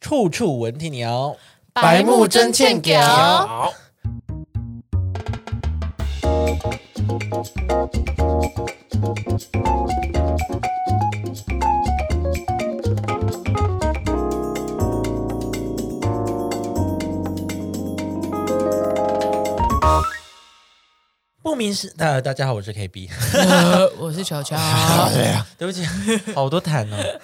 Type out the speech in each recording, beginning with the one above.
处处闻哦啼鸟。白目真欠屌好，不明是大、大家好，我是 KB， 我是乔 乔，啊对呀，对不起，好多痰 哦。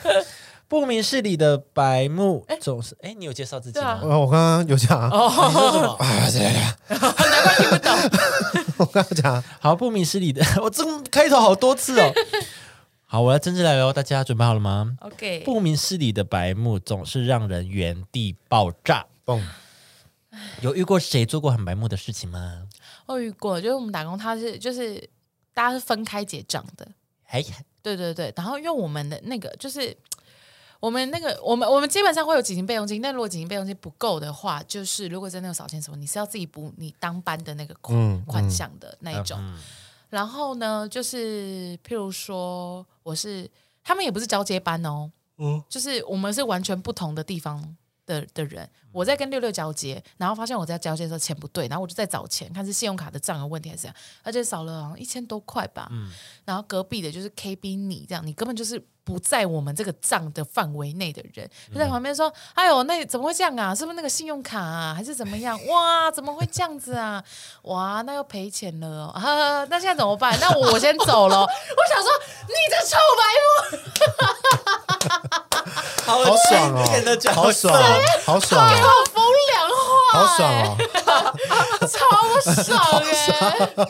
不明事理的白目总是哎，你有介绍自己啊吗？我我刚刚有讲啊，哦你说什么？对呀， 难怪听不懂。 我刚刚讲好，不明事理的， 我这开头好多次 哦。好，我要真正来喽，大家准备好了吗？ OK，不明事理的白目总是让人原地爆炸。蹦，有遇过谁做过很白目的事情吗？我遇过，就是我们打工，他是就是大家是分开结账的，哎，对对对。然后因为我们的那个就是我们那个我们我们基本上会有紧急备用金，但如果紧急备用金不够的话，就是如果真的有少钱什么，你是要自己补你当班的那个款、嗯嗯款项的那一种。嗯然后呢，就是譬如说，我是他们也不是交接班哦，嗯就是我们是完全不同的地方的的人。我在跟六六交接，然后发现我在交接的时候钱不对，然后我就在找钱，看是信用卡的账有问题还是怎样，而且少了好像一千多块吧。然后隔壁的就是 KB 你这样，你根本就是不在我们这个账的范围内的人，就在旁边说：“哎呦，那怎么会这样啊？是不是那个信用卡啊，还是怎么样？哇，怎么会这样子啊？ 哇，那要赔钱了哦、 啊！那现在怎么办？那我我先走了。”哦我想说，你这臭白目，好好爽哦经典的角，色好爽哦，好爽给哦，我风凉话、好爽哎哦，超爽哎、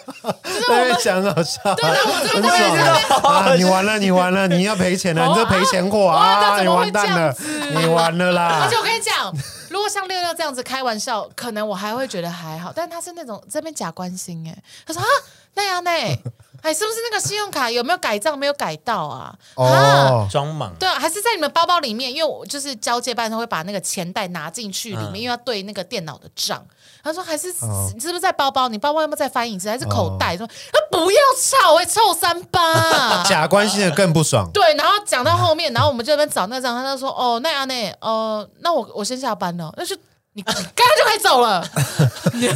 那边讲得好笑，很边爽啊啊！你完了，你完了，你要赔钱了，哦你这赔钱货哇啊！那怎你么会完蛋了，你完了而啦且！我跟你讲，如果像六六这样子开玩笑，可能我还会觉得还好，但他是那种这边假关心哎、他说啊那样呢，哎是不是那个信用卡有没有改账没有改到啊？啊。哦，装莽。对啊，还是在你们包包里面，因为我就是交接班的时候会把那个钱袋拿进去里面，嗯因为要对那个电脑的账。他说还是、哦！你是不是在包包？你包包要不要再翻一次？还是口袋？说他不要吵哎、臭三八 假关心的更不爽，啊对，然后讲到后面，然后我们这边找那张，他就说：“哦，那样呢，哦、那我我先下班了。”那就你刚刚就可以走了，你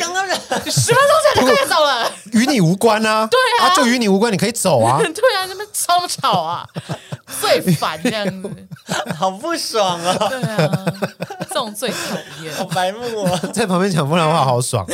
刚 刚十分钟前就可以走了。与你无关啊！对啊就与你无关，你可以走啊！ 对啊，那边吵不吵啊？最烦这样子，好不爽哦，对啊，这种最讨厌。好白目哦。在旁边讲不然话，好爽，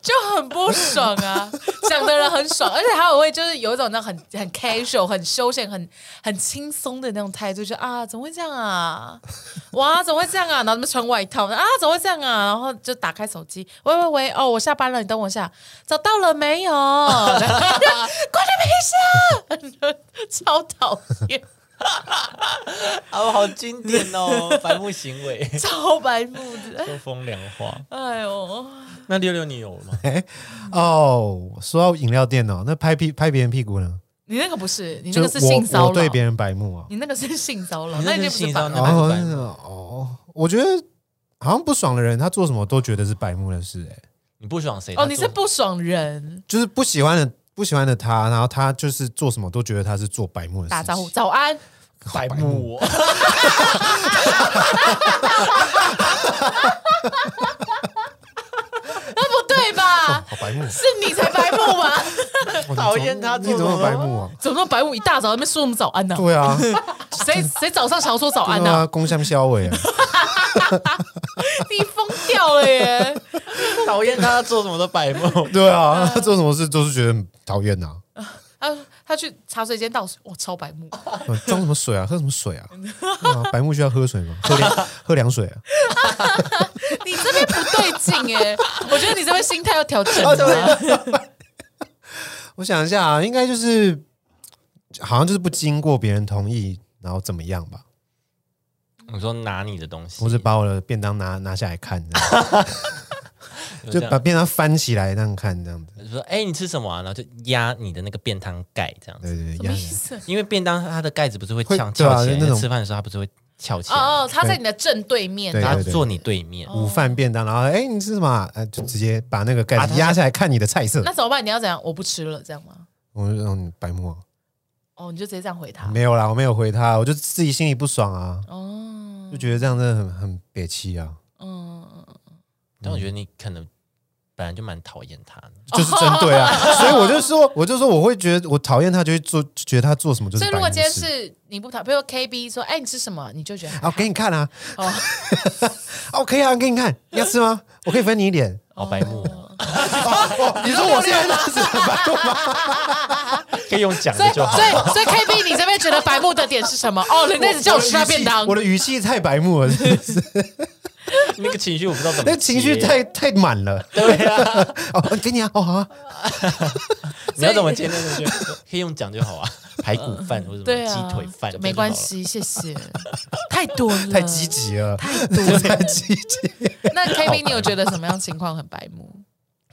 就很不爽啊， 讲的人很爽，而且还有会就是有一种那种很很 casual、很休闲、很很轻松的那种态度，就啊怎么会这样啊， 哇怎么会这样啊，然后他们穿外套啊怎么会这样啊，然后就打开手机，喂喂喂，哦我下班了，你等我一下，找到了没有？ 关你屁事啊， 超讨厌， 哦，好经典哦， 白目行为，超白目的，说风凉话。哎呦，那六六你有吗？哦，说到饮料店哦，那拍屁拍别人屁股呢？你那个不是，你那就个是性我骚我扰对。别人白目啊。你那个是性骚扰，你那那个已是经不性是骚白扰目那还是嗯白哦目那哦，我觉得好像不爽的人，他做什么都觉得是白目的事、哎，你不爽谁？哦，你他是做不爽人，就是不喜欢的不喜欢的他，然后他就是做什么都觉得他是做白目的事情。打招呼，早安，白目哦？那不对吧？好 白目，是你才白目 吧？哦讨厌他你做怎么什么那么白目啊？怎么那么白目？一大早在那边说我们早安呢、对啊，谁谁早上想要说早安对呢、啊，公向消 委啊，你疯掉了耶！ 讨厌他做什么都白目。对啊，他做什么事都是觉得很讨厌啊呐、他他去茶水间倒水，哇，超白 目，啊，装什么水啊，喝什么 水啊？对啊白目需要喝水吗？喝凉喝凉水啊？你这边不对劲耶！我觉得你这边心态要调整啊哦啊了。我想一下啊，应该就是好像就是不经过别人同意，然后怎么样吧？你说拿你的东西，或是把我的便当拿拿下来看， 这样有这就样把便当翻起来那样看，这样子。就说哎，你吃什么啊？然后就压你的那个便当盖这样子，对对什么对意，思？因为便当它的盖子不是会会翘对啊翘起来，那种吃饭的时候它不是会翘起来，哦哦，哦他在你的正对面，啊对然后坐你对面。午饭便当，然后哎，你吃什么啊？呃，就直接把那个盖子压下来看你的菜色那。怎么办？你要怎样？我不吃了，这样吗？我就让你白目啊，哦，你就直接这样回他。没有啦，我没有回他，我就自己心里不爽啊，哦，就觉得这样真的很很憋气啊，嗯，但我觉得你可能本来就蛮讨厌他的，就是针 对啊，所以我就说，我就说我会觉得我讨厌他，就会做觉得他做什么就是所以白目事。如果今天是你不讨，比如说 KB 说，哎，你吃什么？你就觉得还啊，好我给你看啊，哦 啊，我可以啊，给你看，你要吃吗？我可以分你一点。好白目哦，哦你说我现在那是很 白目吗？可以用讲所以的就好所。以所以 KB 你这边觉得白目的点是什么？ 哦，人家只叫我吃他便当我。的语气太白目了，是不是那个情绪我不知道怎么接， 那情绪太太满了。对啊， 哦，给你啊，哦好啊，嗯你要怎么接那个情绪？ 可以用讲就好啊，排骨饭或者对什么啊，鸡腿饭，没关。系，谢谢。太多 了，太积极了，太多了。 太 积极。那 KB，你有觉得什么样情况很白 目？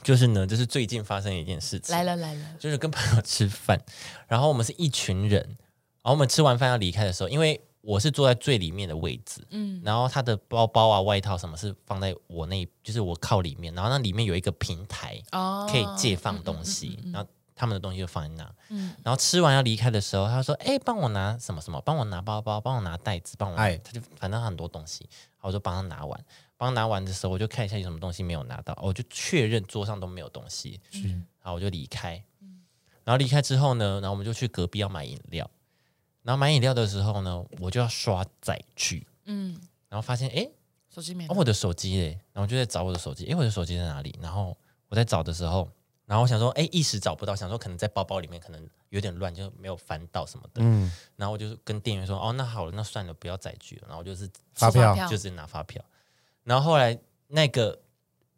就是呢，这是最近发生的一件事情来，了来了，就是跟朋友吃饭， 然后我们是一群人，然后我们吃完饭要离开的时候，因为我是坐在最里面的位置，嗯，然后他的包包啊、外套什么是放在我那，就是我靠里面，然后那里面有一个平台哦，可以借放东西，然后他们的东西就放在那，嗯然后吃完要离开的时候，他说：“哎、帮我拿什么什么，帮我拿包包，帮我拿袋子，帮我拿……”哎他就反正很多东西，然后我就帮他拿完。帮他拿完的时候，我就看一下有什么东西没有拿到，哦我就确认桌上都没有东西，然后我就离开。然后离开之后呢，然后我们就去隔壁要买饮料。然后买饮料的时候呢，我就要刷载具，嗯，然后发现哎、诶手机没哦，我的手机嘞，然后我就在找我的手机，诶，我的手机在哪里？然后我在找的时候，然后我想说，诶，一时找不到，想说可能在包包里面可能有点乱，就没有翻到什么的。嗯，然后我就跟店员说，哦，那好了，那算了，不要载具了。然后我就是发票就直接拿发票。然后后来那个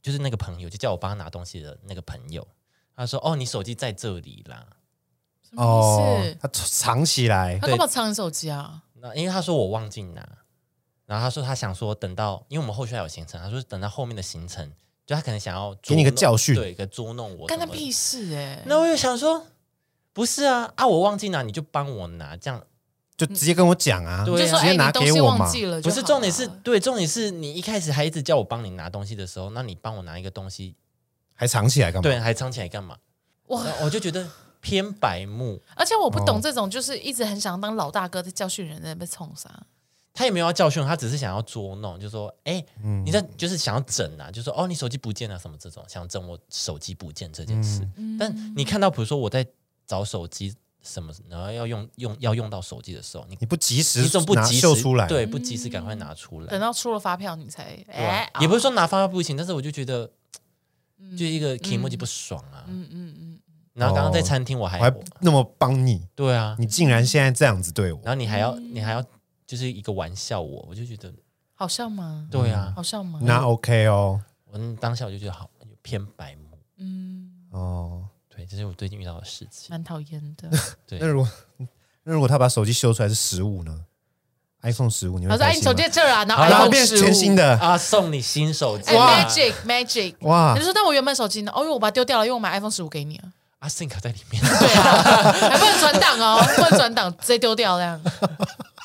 就是那个朋友，就叫我帮他拿东西的那个朋友，他说，哦，你手机在这里啦。什么哦意思，？他藏起来他，干嘛藏你手机啊？那因为他说我忘记拿，然后他说他想说等到，因为我们后续还有行程，他说等到后面的行程，就他可能想要捉给你个弄教训对，个捉弄我，干他屁！事哎！那我又想说，不是啊啊，我忘记拿，你就帮我拿，这样就直接跟我讲啊，对你就说直接哎，拿你东给西我嘛忘。记了不就好了，是重点是对，重点是你一开始还一直叫我帮你拿东西的时候，那你帮我拿一个东西，还藏起来干嘛？对，还藏起来干嘛？哇然后我就觉得偏白目，而且我不哦懂这种，就是一直很想当老大哥的教训人在那被冲杀。他也没有要教训我，他只是想要捉弄，就说：“哎、嗯你在就是想要整啊，就说哦，你手机不见了什么这种，想整我手机不见这件事。嗯但你看到，比如说我在找手机什么，然后要用用要用到手机的时候，你你不及时你怎么不拿及秀时出来？对，不及时赶快拿出来，等到出了发票，你才对吧嗯哎，也不是哦说拿发票不行，但是我就觉得，就一个 i m o j i 不爽啊。嗯嗯嗯，然后刚刚在餐厅我还哦我还那么帮你，对啊，你竟然现在这样子对我，然后你还要嗯你还要就是一个玩笑我，我就觉嗯得好笑吗？对啊，好笑吗？那 OK 哦，我当下我就觉得好偏白目。嗯，哦，对，这是我最近遇到的事情。蛮讨厌 的。对那，如果 那如果他把手机秀出来是十五呢？iPhone 十五，你他会说：“哎，开你心手吗？机在这儿啊，然后好啦 iPhone 变15全新的啊，送你新手机哎啊，Magic Magic，哇你就！说但我原本手机呢？哦，因为我把它丢掉了，因为我买 iPhone 十五给你啊。啊，Think 在里面，对啊， 还不能转档哦，不能转档，直接丢掉 这样。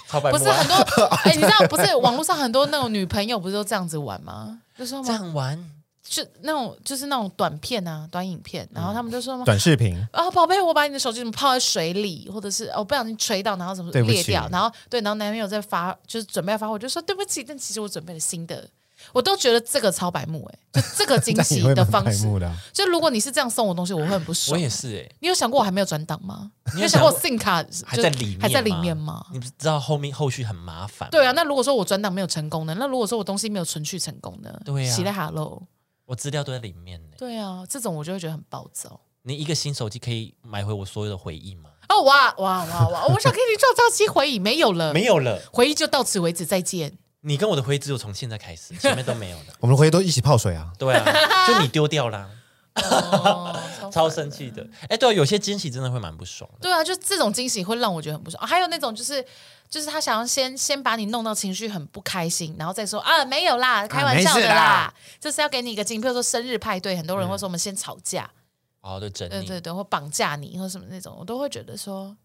超白不目是啊很多， 哎，你知道不是网络上很多那种女朋友不是都这样子玩吗？就说这嘛，样玩，就那种就是那种短片啊，短影片，然后他们就说嘛。短视频，啊，宝贝，我把你的手机怎么泡在水里，或者是哦不小心吹到，然后怎么对不起裂掉，然后对，然后男朋友在发，就是准备要发火，我就说对不起，但其实我准备了新的，我都觉得这个超白目哎、就这个惊但喜你会的蛮方白式，目的啊，就如果你是这样送我东西，我会很不我爽。也是哎，你有想过我还没有转档吗？你你有有想想过过我 SIM 卡就还在里面，还在里面吗？你不知道后面后续很麻烦。对啊，，那如果说我转档没有成功呢？那如果说我东西没有存取成功呢？对啊洗了哈喽。我资料都在里面呢。对啊，这种我就会觉得很暴躁。你一个新手机可以买回我所有的回忆吗？哦哇哇哇哇！我想给你创造期回忆，没有了，没有了，回忆就到此为止，再见。你跟我的回忆只有从现在开始，前面都没有的。我们回去都一起泡水啊， 对啊，就你丢掉啦，哦超生。气的。哎，对啊，有些惊喜真的会蛮不爽的。对啊，就这种惊喜会让我觉得很不爽。啊还有那种就是，就是他想要先先把你弄到情绪很不开心，然后再说啊没有啦，开玩笑的没事啦就是要给你一个惊喜。比如说生日派对，很多人会说我们先吵架，哦，对，整对理对对，或绑架你或什么那种，我都会觉得说。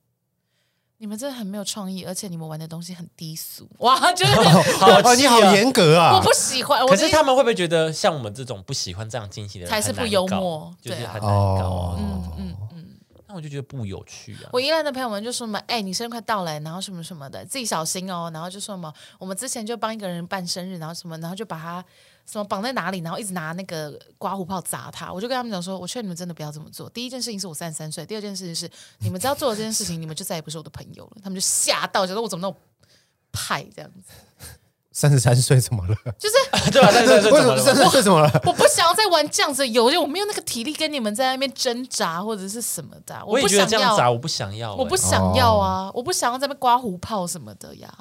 你们真的很没有创意，而且你们玩的东西很低俗，哇！就是 哦，你好严格我啊不，喜欢。我可的是意他们会不会觉得像我们这种不喜欢这样惊喜的人才是很难不幽搞默就是对啊很难搞。哦，嗯嗯嗯，那那我就觉得不有趣啊。我宜兰的朋友们就说什么，哎、你生日快到了，然后什么什么的，自己小心哦。然后就说什么，我们之前就帮一个人办生日，然后什么，然后就把他什么绑在哪里，然后一直拿那个刮胡泡砸他。我就跟他们讲说，我劝你们真的不要这么做。第一件事情是我三十三岁，第二件事情是你们只要做了这件事情，你们就再也不是我的朋友了。他们就吓到，觉得我怎么那么派这样子，三十三岁怎么了？就 是对吧？但为是什怎么么了吗？三十三岁怎么了？我不想要再玩这样子的游戏，我没有那个体力跟你们在那边挣扎或者是什么的啊，我也不觉得想这样要砸啊，我不想要、我不欸想要啊，我不想要在那边刮胡泡什么的呀。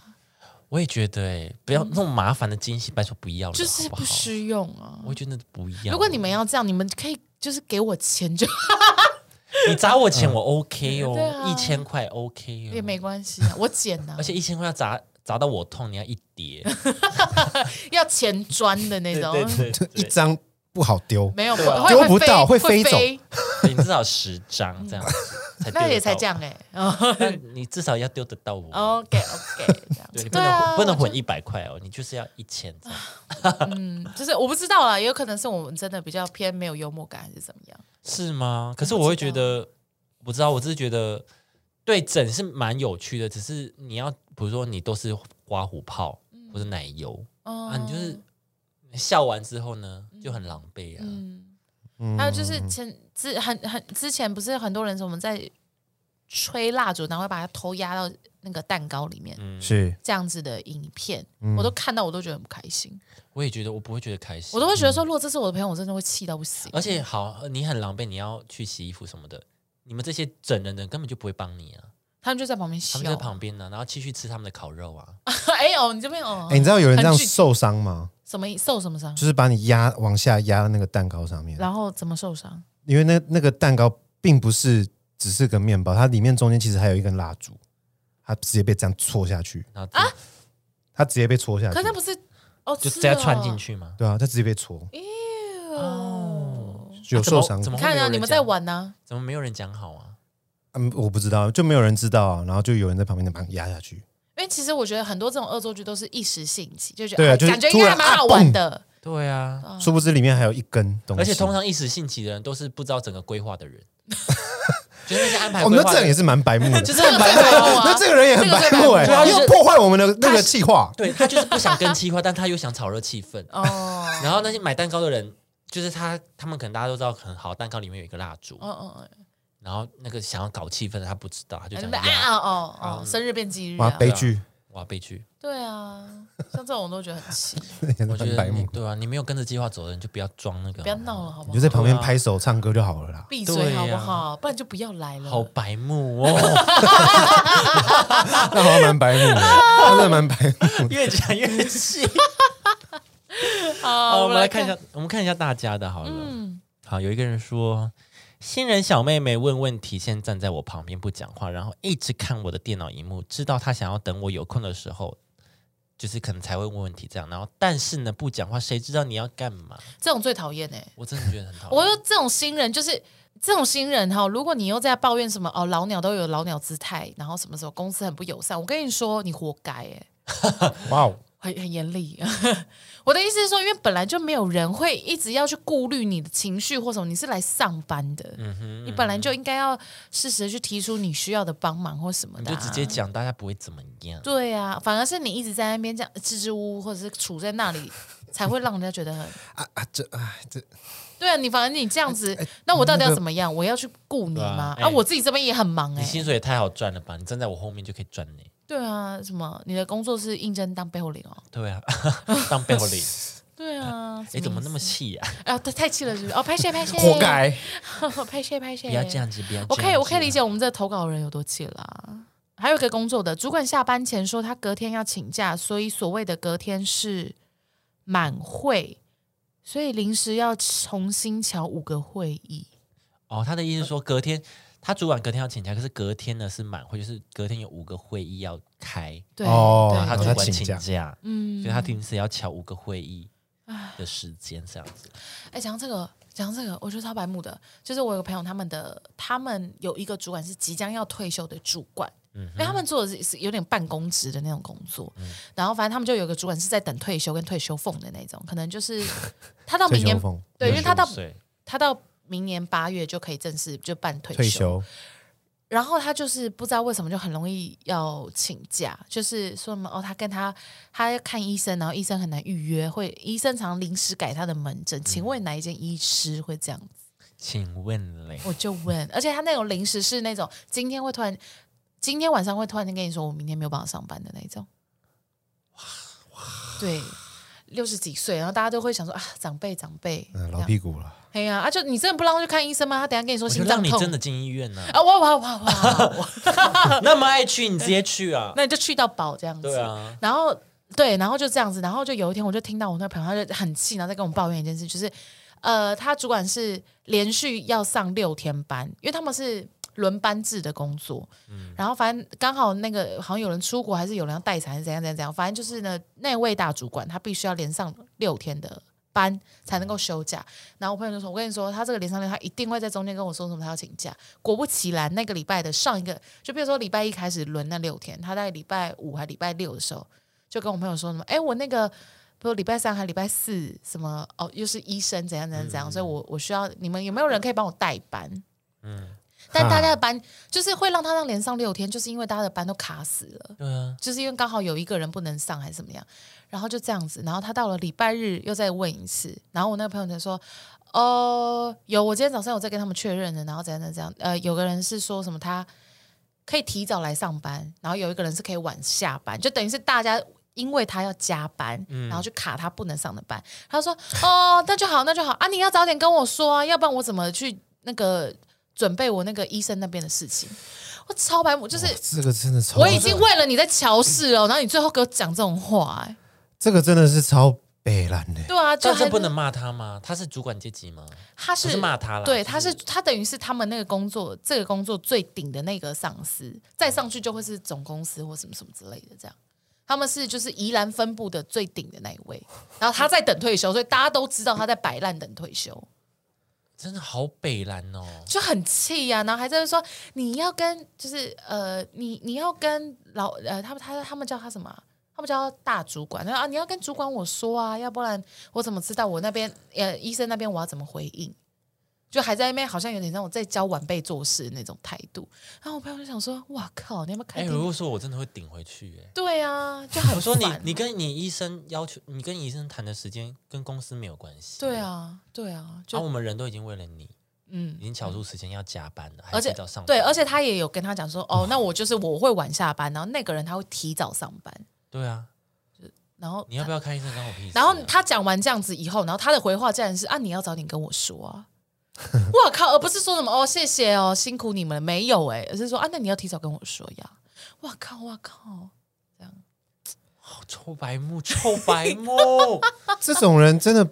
我也觉得、欸，不要那种麻烦的惊喜，拜托不要了，嗯就是好不不好？需用啊。我觉得不要。如果你们要这样，你们可以就是给我钱就 你砸我钱，我 OK 哦对，啊一千块 OK 也哦，没关系啊，我捡 呐、而且一千块要砸砸到我痛，你要一 叠，要钱砖的那种，对对 一张不好丢，没有对啊会丢不会到会会飞走飞对你至少十张这样子，才丢嗯那得也才到这样哎、欸。但你至少要丢得到我。 OK OK，这样 对，子你不对能混、啊，不能混一百块哦，你就是要一千这样。嗯就是我不知道啦，也有可能是我们真的比较偏没有幽默感，还是怎么样？是吗？可是我会觉得，我不知道，我只是觉得对整是蛮有趣的，只是你要比如说你都是刮胡泡或者奶油、嗯哦、啊，你就是笑完之后呢就很狼狈啊。嗯，嗯还有就是前之很很之前不是很多人说我们在吹蜡烛，然后会把它头压到那个蛋糕里面，是这样子的影片，我都看到我都觉得很不开心，我也觉得我不会觉得开心，我都会觉得说，如果这是我的朋友，我真的会气到不行。而且好，你很狼狈，你要去洗衣服什么的，你们这些整人的根本就不会帮你啊，他们就在旁边笑他们，在旁边啊呢、然后继续吃他们的烤肉啊。 哎哦，你这边哦哎，，你知道有人这样很具体受伤吗？什么受什么伤就，是把你压往下压到那个蛋糕上面，然后怎么受伤？因为那那个蛋糕并不是只是个面包，它里面中间其实还有一根蜡烛，它直接被这样戳下去，然后就,、啊、它直接被戳下去，可是那不是哦，就直直接窜进。去吗？对啊，它直接被戳，哦，有受伤啊怎么你会没看有啊，人你们在讲玩呢，怎么没有人讲好啊？嗯，我不知道，就没有人知道啊，然后就有人在旁边把它压下去，因为其实我觉得很多这种恶作剧都是一时兴起，就觉对得啊哎就是感觉突应该还然蛮啊好玩嘣的。对啊，殊不知里面还有一根东西，而且通常一时兴起的人都是不知道整个规划的人，就是那些安排我规们划哦的这样也人。是蛮白目的，就是很白哦目啊那这个人也很白这个目最白哎、目啊他又破坏我们的那他个是气话，对他就是不想跟气话，但他又想炒热气氛。哦，然后那些买蛋糕的人，就是他，他们可能大家都知道，很好，蛋糕里面有一个蜡烛哦，哦，然后那个想要搞气氛的他不知道，他就哎想你们压啊哦哦哦，生日变忌日哇，啊，悲剧，哇悲剧。对啊，像这种我都觉得很气，也我觉是很得白你目，对啊，你没有跟着计划走的人就不要装那个，不要闹了好不你好就？在旁边拍手唱歌就好了啦。闭对嘴好不啊好？不然就不要来了。好白目哦，那好像蛮白目的，他真的蛮白目。越讲越气。好好，我们来看一下，我们看一下大家的好了。嗯好，有一个人说，新人小妹妹问问题，先站在我旁边不讲话，然后一直看我的电脑荧幕，知道她想要等我有空的时候，就是可能才会问问题这样。然后，但是呢，不讲话，谁知道你要干嘛？这种最讨厌哎！我真的觉得很讨厌。我说这种新人就是这种新人哈，如果你又在抱怨什么哦老鸟都有老鸟姿态，然后什么什么公司很不友善，我跟你说你活该 哎，哇哦，很很严厉。 我的意思是说，因为本来就没有人会一直要去顾虑你的情绪或什么，你是来上班的，嗯你本来就应该要适时的去提出你需要的帮忙或什么你的、就啊，直接讲，大家不会怎么样。对啊，反而是你一直在那边这样支支吾吾，或者是处在那里，才会让人家觉得很 啊啊，这哎这哎对啊。你反正你这样子，那我到底要怎么样？我要去雇你对啊吗？哎啊，我自己这边也很忙你哎、薪水也太好赚了吧？你站在我后面就可以赚呢。对啊，什么？你的工作是应征当背后领哦？对啊， 当背后 领，对啊，哎，怎么那么什细呀、意思啊？太太气了是不是？哦，拍 谢拍谢，活，该。 拍谢拍谢，不要这样子，不要这样子。我可以，我可以理解我们这投稿人有多气啦。还有一个工作的主管下班前说他隔天要请假，所以所谓的隔天是满会，所以临时要重新调五个会议。哦，他的呃意思是说隔天他主管隔天要请假，可是隔天呢是满会，就是隔天有五个会议要开，对，哦然后对他主他管请请假假，嗯所以他平时也要调五个会议的时间这样子。哎，讲到这个，讲到这个，我觉得超白目的。就是我有个朋友，他们的他们有一个主管是即将要退休的主管，因为他们做的是是有点办公职的那种工作。然后反正他们就有个主管是在等退休跟退休俸的那种，可能就是他到退明休年风对，因为他到65岁他到明年八月就可以正式就办退休，嗯退休，然后他就是不知道为什么就很容易要请假，就是说什么哦，他跟他他要看医生，然后医生很难预约，会医生常临时改他的门诊。请问哪一间医师会这样子？请问嘞，我就问，而且他那种临时是那种今天会突然，今天晚上会突然间跟你说我明天没有办法上班的那种。对，六十几岁，然后大家都会想说啊，长辈长辈，嗯、这老样屁股了，哎呀，啊，就你真的不让他去看医生吗？他等一下跟你说我心就脏让你痛真的进医院呢、啊，哇哇哇哇， 哇那么爱去，你直接去啊。那你就去到饱这样子。对啊，然后对，然后就这样子，然后就有一天我就听到我那朋友他就很气，然后在跟我抱怨一件事，就是呃，他主管是连续要上六天班，因为他们是。轮班制的工作，嗯然后反正刚好那个好像有人出国，还是有人要待产，还是怎样怎样怎样，反正就是呢，那位大主管他必须要连上六天的班才能够休假。然后我朋友就说：“我跟你说，他这个连上六，他一定会在中间跟我说什么，他要请假。”果不其然，那个礼拜的上一个，就比如说礼拜一开始轮那六天，他在礼拜五还礼拜六的时候，就跟我朋友说什么：“哎，我那个。”比如礼拜三还礼拜四什么哦，又是医生怎样怎样怎样，所以我我需要你们有没有人可以帮我代班？但大家的班就是会让他让连上六天，就是因为大家的班都卡死了，对啊，就是因为刚好有一个人不能上还是怎么样，然后就这样子，然后他到了礼拜日又再问一次，然后我那个朋友才说，哦，有，我今天早上有在跟他们确认的，然后怎样怎样怎样，呃，有个人是说什么他可以提早来上班，然后有一个人是可以晚下班，就等于是大家。因为他要加班，然后就卡他不能上的班。他说：“哦，那就好，那就好啊！你要早点跟我说啊，要不然我怎么去那个准备我那个医生那边的事情？”我超白目，就是这个真的超，我已经为了你在乔事哦，然后你最后给我讲这种话、哎，这个真的是超北蓝的、对啊，就但还这不能，骂他吗？他是主管阶级吗？他不是是骂他啦，对，就他是他等于是他们那个工作，这个工作最顶的那个上司，再上去就会是总公司或什么什么之类的这样。他们是就是宜兰分部的最顶的那一位，然后他在等退休，所以大家都知道他在摆烂等退休，真的好北蓝哦。就很气呀、然后还在那说你要跟就是呃你你要跟老呃他们他他们叫他什么啊、他们叫他大主管，他说啊你要跟主管我说啊，要不然我怎么知道我那边呃医生那边我要怎么回应？就还在那边好像有点让我在教晚辈做事的那种态度。然后我朋友就想说，哇靠，你要不要开哎，庭？如果说我真的会顶回去，哎，对啊，就很我说你烦你跟你医生要求，你跟医生谈的时间跟公司没有关系。对，啊对啊，然就、后我们人都已经为了你，嗯已。经瞧出时间要加班了，还而且提早上班对，而且他也有跟他讲说，哦，那我就是我会晚下班，然后那个人他会提早上班，对啊，然后你要不要看医生关我屁事啊？然后他讲完这样子以后，然后他的回话竟然是啊，你要早点跟我说啊。我靠，而不是说什么哦，谢谢哦，辛苦你们了，没有哎、而是说啊，那你要提早跟我说呀。我靠，我靠，好臭白目，臭白目， 这种人真的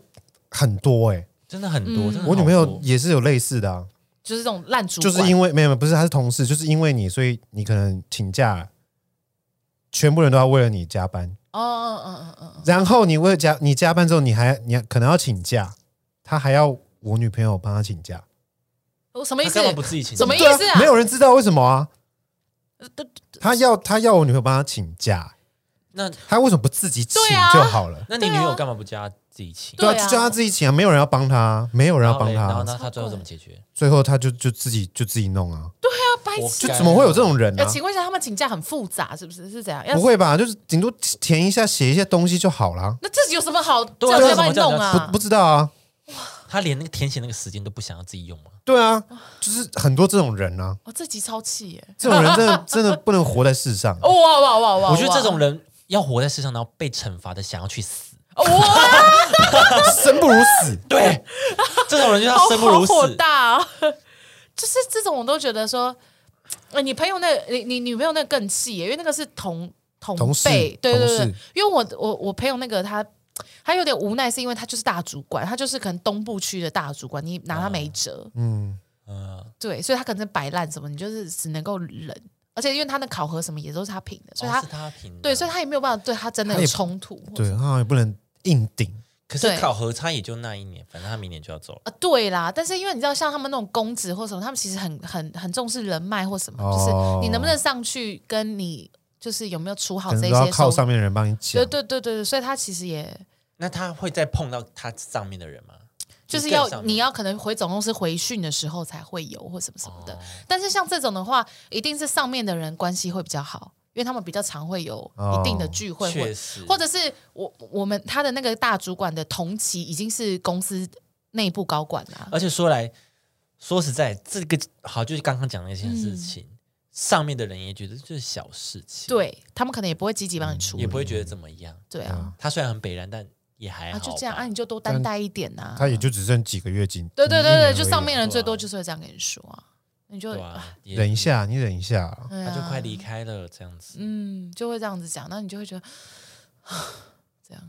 很多哎、真的很多。嗯真的好多我女朋友也是有类似的啊，就是这种烂主就管，是因为没有没有不是，她是同事，就是因为你，所以你可能请假，全部人都要为了你加班，哦哦哦哦哦，然后你为了加你加班之后，你还你还可能要请假，她还要我女朋友帮她请假，我什么意他思干？嘛不自己请？什么意对思啊没有人知道为什么啊，对她要她要我女朋友帮她请假，那她为什么不自己请对啊就好了？那你对女啊友干嘛不叫她自己请？对啊啊，就叫她自己请啊，没有人要帮她，没有人然要后帮嘞然后她，啊呢？他最后怎么解决？最后她就就自己就自己弄啊，要白我痴。就怎么会有这种人啊哎、呢、请问一下，他们请假很复杂是不是？是怎样？要不，会吧？就是顶多填一下、写一些东西就好啦。那这有什么好对啊叫人这家有什么帮你弄叫人家啊？不不知道啊，他连那个填写那个时间都不想要自己用吗？对啊，就是很多这种人啊，我、这集超气耶！这种人 真的真的不能活在世上。哇哇哇哇哇！我觉得这种人要活在世上，然后被惩罚的想要去死。哇，生不如死。对，这种人就要生不如好火死。大、啊， 就是这种我都觉得说，呃、你朋友那，你你女朋友那更气耶，因为那个是同同同事辈，对对对同事，因为我我我朋友那个他。他有点无奈，是因为他就是大主管，他就是可能东部区的大主管，你拿他没辙，嗯，嗯，对，所以他可能摆烂什么，你就是只能够忍。而且因为他的考核什么也都是他评的，所以他、哦是他评的，对，所以他也没有办法对他真的他有也冲突或者对，啊，也不能硬顶。可是对考核他也就那一年，反正他明年就要走了。啊，对啦，但是因为你知道，像他们那种公职或什么，他们其实很很很重视人脉或什么，哦就是你能不能上去跟你就是有没有处好可这能些都要靠收上面啊的人帮你讲对。对对对对，所以他其实也那他会再碰到他上面的人吗？就是更要上面你要可能回总公司回讯的时候才会有或什么什么哦的。但是像这种的话，一定是上面的人关系会比较好，因为他们比较常会有一定的哦聚会或、确实，或者是我我们他的那个大主管的同期已经是公司内部高管啦、而且说来说实在，这个好就是刚刚讲那件事情，上面的人也觉得这是小事情，，嗯对他们可能也不会积极帮你处嗯理也，不会觉得怎么样。对嗯啊，他虽然很北然，但也还好，啊就这样啊，吧你就多担待一点呐、他也就只剩几个月经，对对一年对对，而已就上面人对啊最多就是会这样跟你说啊，你就对啊，也忍一，下，你忍一下， 对他啊就快离开了，这样子嗯，就会这样子讲，那你就会觉得这样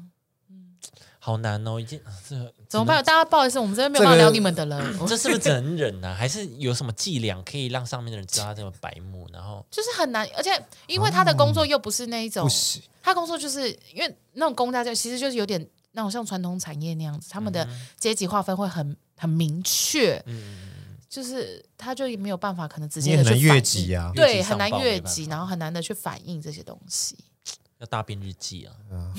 好难哦，已经这怎么办？大家不好意思，我们这边没有这办个法聊你们的了， 这是不是只能忍啊？还 是有什么伎俩可以让上面的人知道他这么白目？然后就是很难，而且因为他的工作又不是那一种哦不，行，他工作就是因为那种公家就其实就是有点那种像传统产业那样子，他嗯们的阶级划分会很很明确，就是他就没有办法可能直嗯你接也的很去反难越应级啊。越对，级上很难报越没办级，法然后很难的去反映这些东西。要大便日记啊，嗯，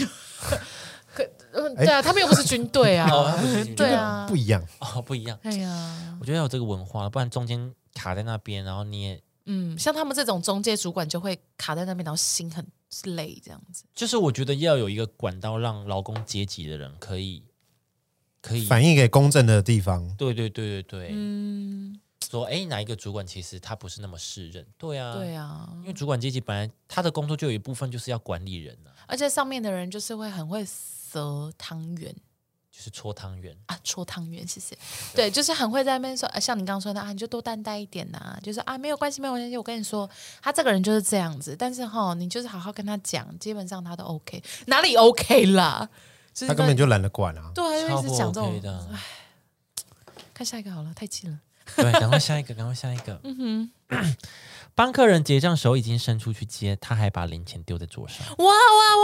对啊，他们又不是军队啊，哎 哦，他不是 对，啊不，一样，哦，不一样，哎呀，我觉得要有这个文化，不然中间卡在那边，然后你也嗯，像他们这种中介主管就会卡在那边，然后心很累这样子。就是我觉得要有一个管道，让劳工阶级的人可以可以，反映给公正的地方，对对对对对，嗯，说哎，哪一个主管其实他不是那么适任，对啊，对啊因，为主管阶级本来他的工作就有一部分就是要管理人啊，而且上面的人就是会很会折汤圆就是搓汤圆，啊，戳汤圆，谢谢。对，就是很会在那边说，啊、像你刚刚说的啊，你就多担待一点呐、就是啊，没有关系，没有关系。我跟你说，他这个人就是这样子，但是哈，你就是好好跟他讲，基本上他都 OK，哪里 OK 啦？就是他根那本就懒得管啊。对，就超一直不讲这 OK 种。的。看下一个好了，太气了。对，赶快下一个，赶快下一个。嗯哼， 帮客人结账，手已经伸出去接，他还把零钱丢在桌上。哇哇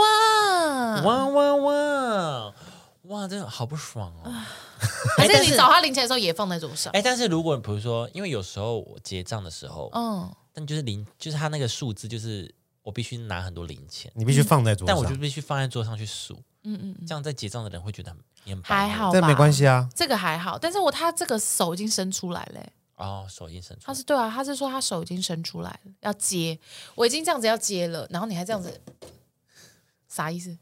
哇！哇哇哇！哇，真的好不爽哦！啊 还哎是你找他零钱的时候也放在桌上？哎，但是如果比如说，因为有时候我结账的时候，嗯，但就是零，就是他那个数字，就是我必须拿很多零钱，你必须放在桌但我就上，必须放在桌上去数，嗯嗯，这样在结账的人会觉得很你很白还目好吧，但没关，系啊。这个还好。但是我他这个手已经伸出来了欸、哦，手已经伸出他来，是对啊，他是说他手已经伸出来了，要接，我已经这样子要接了，然后你还这样子，啥意思？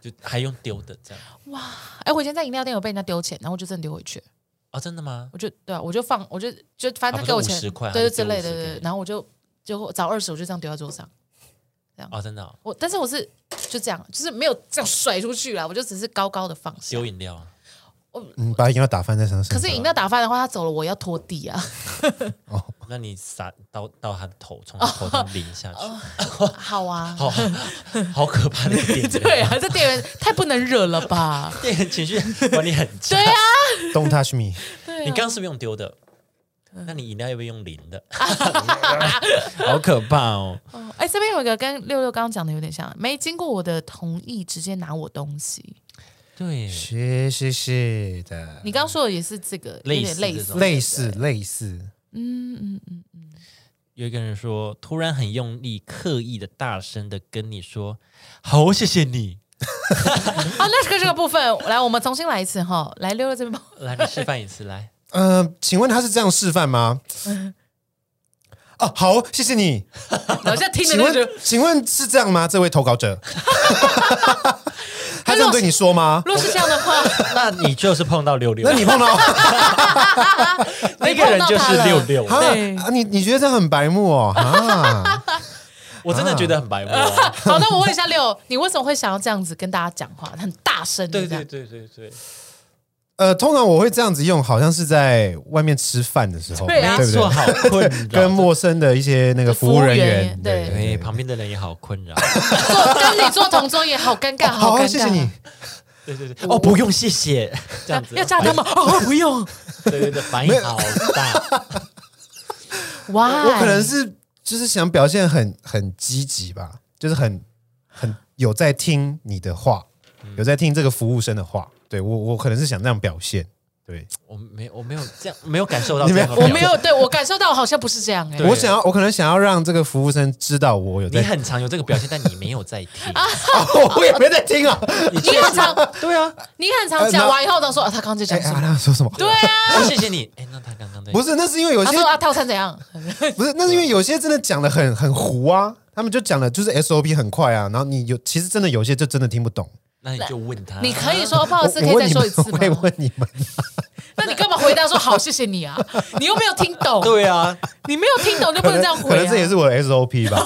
就还用丢的这样哎，我以前在饮料店有被人家丢钱，然后我就真的丢回去，哦，真的吗？我就对啊，我就放，我就就反啊正他不给是我钱， 50块对他对就之类丢50的，对给对你然后我就就找二十，我就这样丢在桌上。哦，真的哦我但是我是就这样，就是没有这样甩出去啦，我就只是高高的放下。丢饮料啊，你嗯把饮料打翻在身上，可是饮料打翻的话，他走了，我要拖地啊。 那你撒到到他的头，从他头哦上淋下去。好啊，好好可怕的一个店员， 对啊，这店员太不能惹了吧？店员情绪管理很差。对啊 Don't touch me，对啊你刚刚是不是用丢的？那你饮料要不要用零 的？好可怕哦！ 哦哎，这边有一个跟六六刚刚讲的有点像，没经过我的同意直接拿我东西。对，谢谢谢的，你刚刚说的也是这个，有类点似类这似种，类似类似，嗯嗯嗯，有一个人说，突然很用力、刻意的大声的跟你说：“好，谢谢你。啊，那这个这个部分，来，我们重新来一次哈， 来六六这边帮”来，你示范一次，来，呃，请问他是这样示范吗？哦，好，谢谢你。我，我现在 听请着就觉得问，请问是这样吗？这位投稿者， 他这样对你说吗？ 如果是这样的话， 那你就是碰到六六那，你 碰到啊那个人就是六六，对啊，你你觉得这样很白目哦啊？我真的觉得很白目哦。好，那我问一下六，你为什么会想要这样子跟大家讲话，很大声的 对这样？对对对对， 呃，通常我会这样子用，好像是在外面吃饭的时候，对啊不没错，对？好困扰，跟陌生的一些那个服服务务人员员，对对旁边的人也好困扰。坐跟你坐同桌也好尴尬，好尴啊，尬。谢谢你。 对对对，哦，不用，谢谢，这样 子啊要炸他们？哦，不用。对对对，反应好大，哇，我可能是就是想表现很很积极吧，就是很很有在嗯听你的话，有在听这个服务生的话。对我，我可能是想这样表现。对，我没我没有这样，没有感受到你这没样的有表我达，没有，对我感受到好像不是这样哎、对我想要，我可能想要让这个服务生知道我有在你，很常有这个表现，但你没有在听。哦 我也没在听啊。你你确很实常，对啊，你很常讲完以后，都说啊，他刚刚在 呃哎，讲什啊么？他说什么？对啊，我谢谢你。哎，那他刚刚在不是，那是因为有他些说啊，套餐怎样？ 不是，那是因为有些真的讲的很很糊啊，他们就讲的就是 SOP 很快啊，然后你有其实真的有些就真的听不懂。那你就问他，你可以说不好意思，哦我可以再我问你说一们次我可以吗？问你们，那你干嘛回答说好，谢谢你 啊？你又没有听懂，对啊，你没有听懂就不能这样可回能这也啊。是我的 SOP 吧。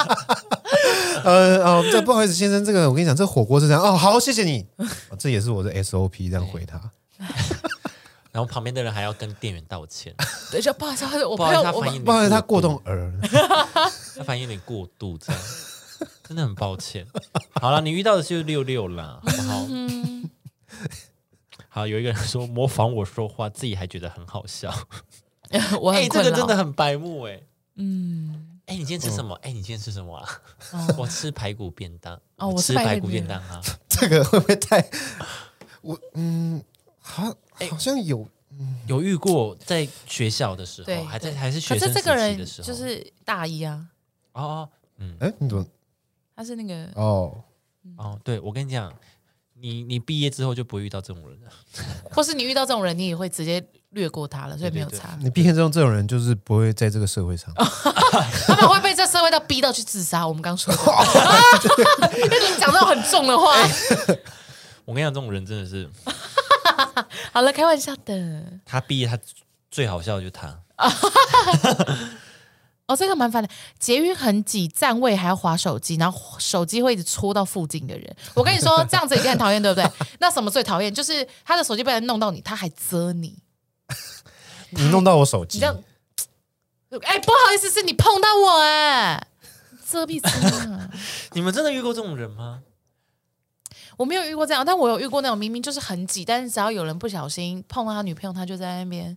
呃哦，这不好意思，先生，这个我跟你讲，这火锅是这样哦，好，谢谢你，哦这也是我的 SOP 这样回他。然后旁边的人还要跟店员道歉，对，就不好意思，我不好朋意友思，他我反应不好意思，他过动，儿，他反应有点过度，这样真的很抱歉。好了，你遇到的就是六六啦，好不好？好，有一个人说模仿我说话，自己还觉得很好笑。我 哎、很这困个真的扰。很白目哎、嗯，哎、你今天吃什哦么？哎、你今天吃什么啊？哦 我吃排骨便当。哦我吃吃排排骨骨便便当啊。这个会不会太我嗯，好，好像有有遇过在学校的时候，对哦还在对还是可学生是时这个期人的时候，就是大一啊，哦哦，嗯哎，你怎么他是那个哦？嗯哦，对我跟你讲，你你毕业之后就不会遇到这种人了。或是你遇到这种人，你也会直接略过他了，所以没有对对对差。你毕竟这种这种人就是不会在这个社会上。他们会被这社会到逼到去自杀。我们刚说过，啊因为你讲到很重的话。我跟你讲，这种人真的是好了，开玩笑的。他毕业他最好笑的就是他，哦，这个蛮烦的。捷运很挤，站位还要划手机，然后手机会一直戳到附近的人。我跟你说，这样子已经很讨厌，对不对？那什么最讨厌？就是他的手机被人弄到你，他还遮你。你弄到我手机你这，样，哎、不好意思，是你碰到我哎、遮蔽遮啊！你们真的遇过这种人吗？我没有遇过这样，但我有遇过那种明明就是很挤，但是只要有人不小心碰到他女朋友，他就在那边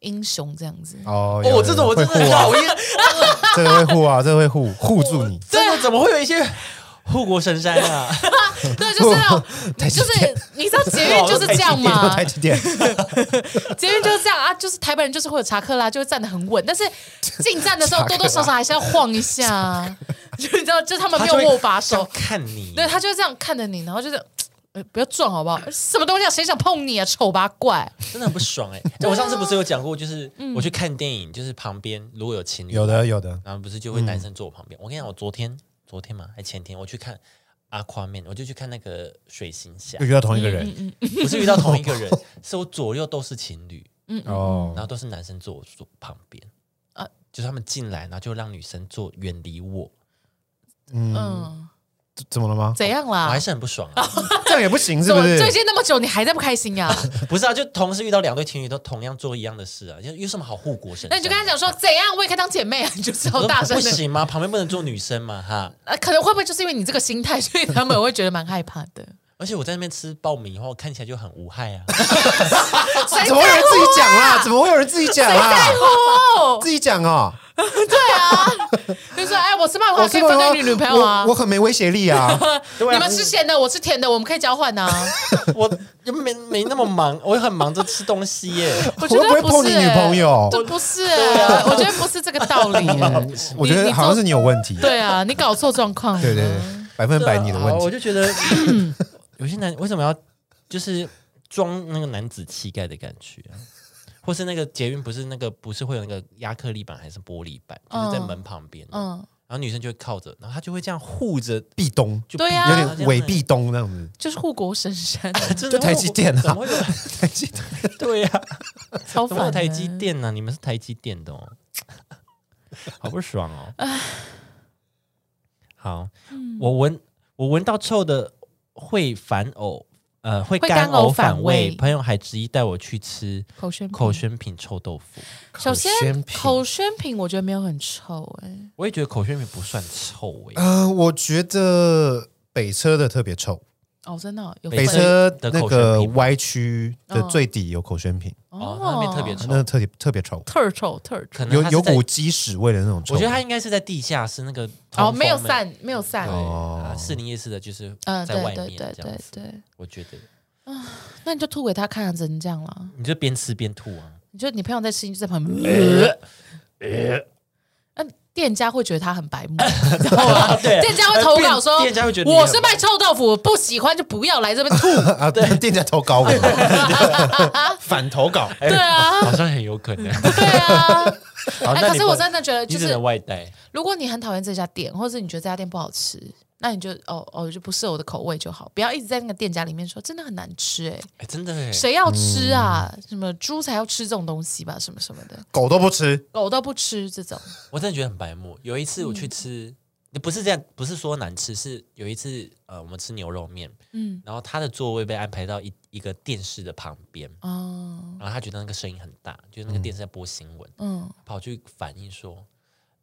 英雄这样子。哦，有哦，这种我真的会很护啊讨 厌， 这个会护啊，这个会护护住你。真的怎么会有一些护国神山啊？ 对，就是那种，台积就电是你知道捷运就是这 样你说嘛台，积电，捷运就是这样啊，就是台北人就是会有查克拉，就会站得很稳，但是进站的时候多多少少还是要晃一下啊，就你知道，就他们没有握他把就手会，看你，对他就这样看着你，然后就是。呃，不要撞好不好？什么东西啊？谁想碰你啊？丑八怪！真的很不爽 哎、哎我上次不是有讲过，就是嗯我去看电影，就是旁边如果有情侣，有的嗯有的，然后不是就会男生坐我旁边。我跟你讲，我昨天昨天嘛，还前天我去看《阿夸面》，我就去看那个水行侠又，遇到同一个人不是遇到同一个人，是我左右都是情侣，然哦，后都是男生坐我坐旁边，啊就是他们进来，然后就让女生坐远离我，嗯，怎怎么了吗？怎样我啦还？是很不爽啊。这样也不行，是怎不么是？最近那么久，你还在不开心呀、啊？不是啊，就同时遇到两对情侣都同样做一样的事啊，有有什么好护国神山的？啊那你就跟他讲说，怎样我也可以当姐妹啊？ 你就是我要说大声不的。行吗？旁边不能坐女生嘛哈。呃，可能会不会就是因为你这个心态，所以他们会觉得蛮害怕的？而且我在那边吃爆米花，我看起来就很无害 啊。谁怎么会有人自己讲啊啊啦？怎么会有人自己讲啦？哦， 自己讲哦，就说哎，我吃爆米我花可以分给我你女朋友啊我我。很没威胁力 啊。你们吃咸的，我吃甜的，我们可以交换啊。我又没没那么忙， 我也很忙着吃东西耶。我觉得会不会不是碰你女欸朋友这不是欸，我觉得不是这个道理欸。我觉你得你好像做是你有问题， 对啊，你搞错状况了。对对对，百分百你的问啊好我题。就觉得 有些男为什么要就是装那个男子气概的感觉啊、或是那个捷运不是那个不是会有那个亚克力板还是玻璃板，就是在嗯门旁边的，嗯，然后女生就会靠着，然后她就会这样护着，壁咚，就对避啊有她这点样伪欸壁咚那样子。就是护国神山，真的哦就台积电啊怎么 会有台积电？ 对啊呀、超怎么会有烦。啊台积，电啊呢、你们是台积电的哦， 好不爽哦。好，嗯我闻我闻到臭的会反呕，呃，会会干干呕呕反反胃。胃嗯朋友还执意带我去吃口宣品口宣品臭豆腐，首先品口宣品我觉得没有很臭哎，我也觉得口宣品不算臭哦诶、嗯、我觉得北车的特别臭，哦，真的哦有北北分车的那口宣个品歪区嗯的最底有口宣品，哦，那边特别臭，那个特别特别臭，特臭特臭，可能有它是有在股。鸡屎味的那种臭。我觉得它应该是在地下室那个哦，没有通风门散没有散对，哦啊士林夜市的就是嗯，在对外对面对这样对子，对，我觉得那你就吐给他看啊，只能这样了。你就边吃边吐啊。你就你朋友在吃，你就在旁边，呃，呃那店家会觉得他很 白目，你知道吗？对呃店家会投稿说，店店家会觉得你我是卖臭豆腐，不喜欢就不要来这边吐。啊，对， 店家投稿我，反投稿，哎对啊好像很有可能。对啊，好，哦哎，那可你是不我能真的觉得，你就只是能外带，如果你很讨厌这家店，或者是你觉得这家店不好吃，那你就哦哦就不适合我的口味就好，不要一直在那个店家里面说真的很难吃、哎，哎，真的哎，谁要吃啊？嗯什么猪才要吃这种东西吧，什么什么的，狗都不吃，狗都不吃这种。我真的觉得很白目。有一次我去吃，不是这样，不是说难吃，是有一次呃，我们吃牛肉面，嗯，然后他的座位被安排到一一个电视的旁边，哦，然后他觉得那个声音很大，就是那个电视在播新闻，嗯，跑去反映说：“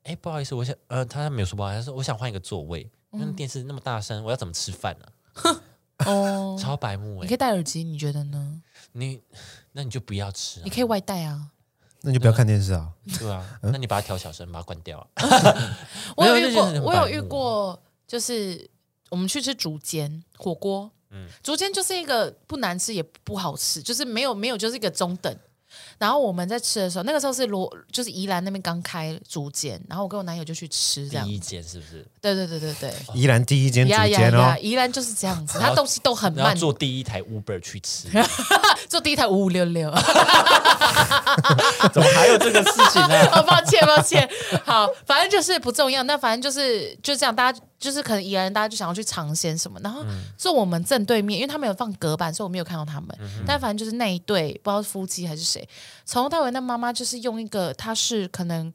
哎，不好意思，我想……呃，他没有说不好意思，他说我想换一个座位，因为电视那么大声，我要怎么吃饭呢、啊哦 ，超白目你哎、可以戴耳机，你觉得呢？你那你就不要吃、啊你，可以外带啊。那你就不要看电视啊。对啊，那你把它调小声，把它关掉、啊。我有没有遇那过就是很，我白有目遇过，就是我们去吃竹间火锅，嗯，竹间就是一个不难吃也不好吃，就是没有没有就是一个中等。然后我们在吃的时候，那个时候是罗，就是宜兰那边刚开竹间，然后我跟我男友就去吃这样第，一间是不是？对对对对对，宜兰第一间竹呀呀间哦呀，，宜兰就是这样子，然它后东西都很然慢，后坐第一台 Uber 去吃， 坐第一台五五六六。怎么还有这个事情啊呢、 哦，抱歉，抱歉。好，反正就是不重要。那反正就是就这样，大家就是可能宜兰人，大家就想要去尝鲜什么。然后嗯坐我们正对面，因为他们有放隔板，所以我没有看到他们。嗯但反正就是那一对，不知道是夫妻还是谁，从头到尾那妈妈就是用一个，她是可能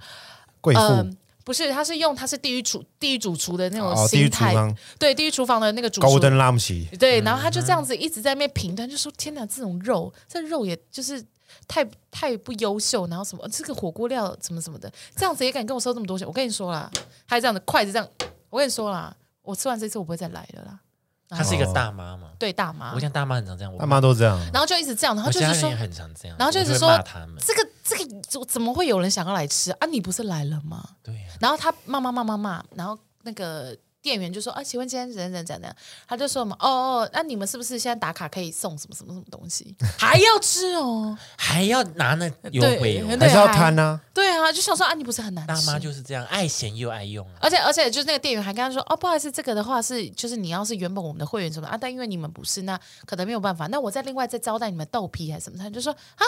贵妇嗯、不是，她是用她是地狱厨地狱主厨的那种哦，地心狱厨态，房对地狱厨房的那个主厨高登拉姆齐，对，嗯然后他就这样子一直在那边评断，就说：“天哪，这种肉，这肉也就是太太不优秀，然后什么这个火锅料怎么怎么的，这样子也敢跟我收这么多钱？我跟你说啦，还有这样的筷子这样，我跟你说啦，我吃完这次我不会再来了啦。她是一个大妈嘛，对大妈我，想大妈很常这样，我他妈都这样，然后就一直这样，然后我就家是人说也，很常这样，然后就我一直会说骂他们，这个这个怎怎么会有人想要来吃啊？你不是来了吗？对啊呀、然后他骂骂骂骂骂，然后那个店员就说：“啊，请问今天人人怎样怎样？”他就说什么：“哦哦，那你们是不是现在打卡可以送什么什么什么东西？还要吃哦还要拿那优惠哦对。还是要贪呐？？”对啊，就想说啊，你不是很难大吃妈就是这样，爱嫌又爱用啊。而且而且就是那个店员还跟他说哦，不好意思，这个的话是就是你要是原本我们的会员什么的啊，但因为你们不是，那可能没有办法。那我再另外再招待你们豆皮还是什么，他就说啊，